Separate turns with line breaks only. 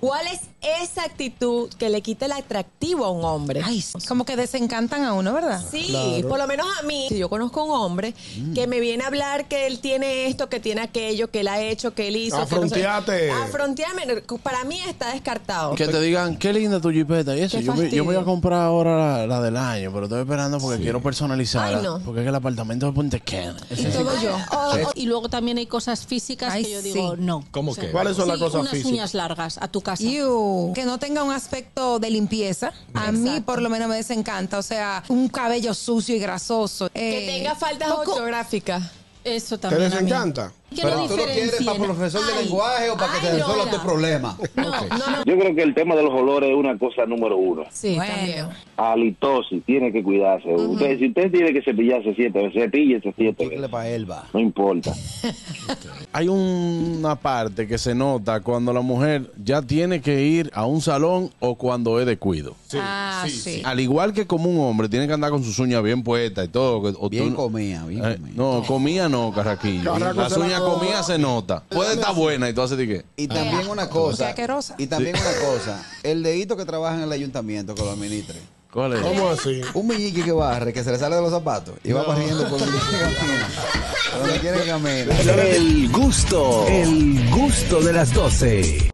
¿Cuál es esa actitud que le quita el atractivo a un hombre?
Ay, como que desencantan a uno, ¿verdad?
Sí,
Claro.
por lo menos a mí, si yo conozco a un hombre que me viene a hablar que él tiene esto, que tiene aquello, que él ha hecho, que él hizo. que no sé-
Afronteate.
Afronteame, para mí está descartado.
Que te digan, qué linda tu jipeta y eso.
Qué
Yo me, yo me voy a
fastidio.
comprar ahora la, la del año, pero estoy esperando porque quiero personalizarla.
Ay, no.
Porque es que el apartamento de Punta Cana.
Y todo yo.
O- o- y luego también hay cosas físicas
Ay,
que yo
sí.
digo no.
¿Cómo que?
¿Cuáles son las
Sí,
cosas
unas
físicas?
uñas largas a tu casa.
Iu, uh, Que no tenga un aspecto de limpieza. A mí, por lo menos, me desencanta. O sea, un cabello sucio y grasoso.
Que
Eh,
tenga faltas
poco-
ortográficas.
Eso
¿Te
también. a mí.
desencanta?
Que
Pero
no
tú lo quieres para
diferencien.
profesor de
Ay,
lenguaje o para que
ay,
te
no
resuelva
era.
tu problema.
No, no, no.
Yo creo que el tema de los olores es una cosa número uno.
Sí,
Bueno.
también.
Halitosis, tiene que cuidarse. usted, si usted tiene que cepillarse siete veces, cepíllese siete
Chicle
veces.
para Elba.
No importa.
Hay una parte que se nota cuando la mujer ya tiene que ir a un salón o cuando es de cuido.
Sí,
Ah,
sí,
sí.
sí.
Al igual que como un hombre, tiene que andar con sus uñas bien puestas y todo. que- o
Bien
tú-
comía, bien
Eh,
comía.
no, comía no, carraquillo.
Carraco
Las
se la
uñas
come.
comía se nota. Puede estar buena y tú haces de qué.
Y también una
Qué
cosa.
asquerosa.
Y también una cosa. El dedito que trabaja en el ayuntamiento que lo administre.
¿Cuál es?
¿Cómo así?
Un meñique que barre, que se le sale de los zapatos y va barriendo por donde quiera que camina. Por Donde quiera que camina.
El gusto, el gusto de las 12.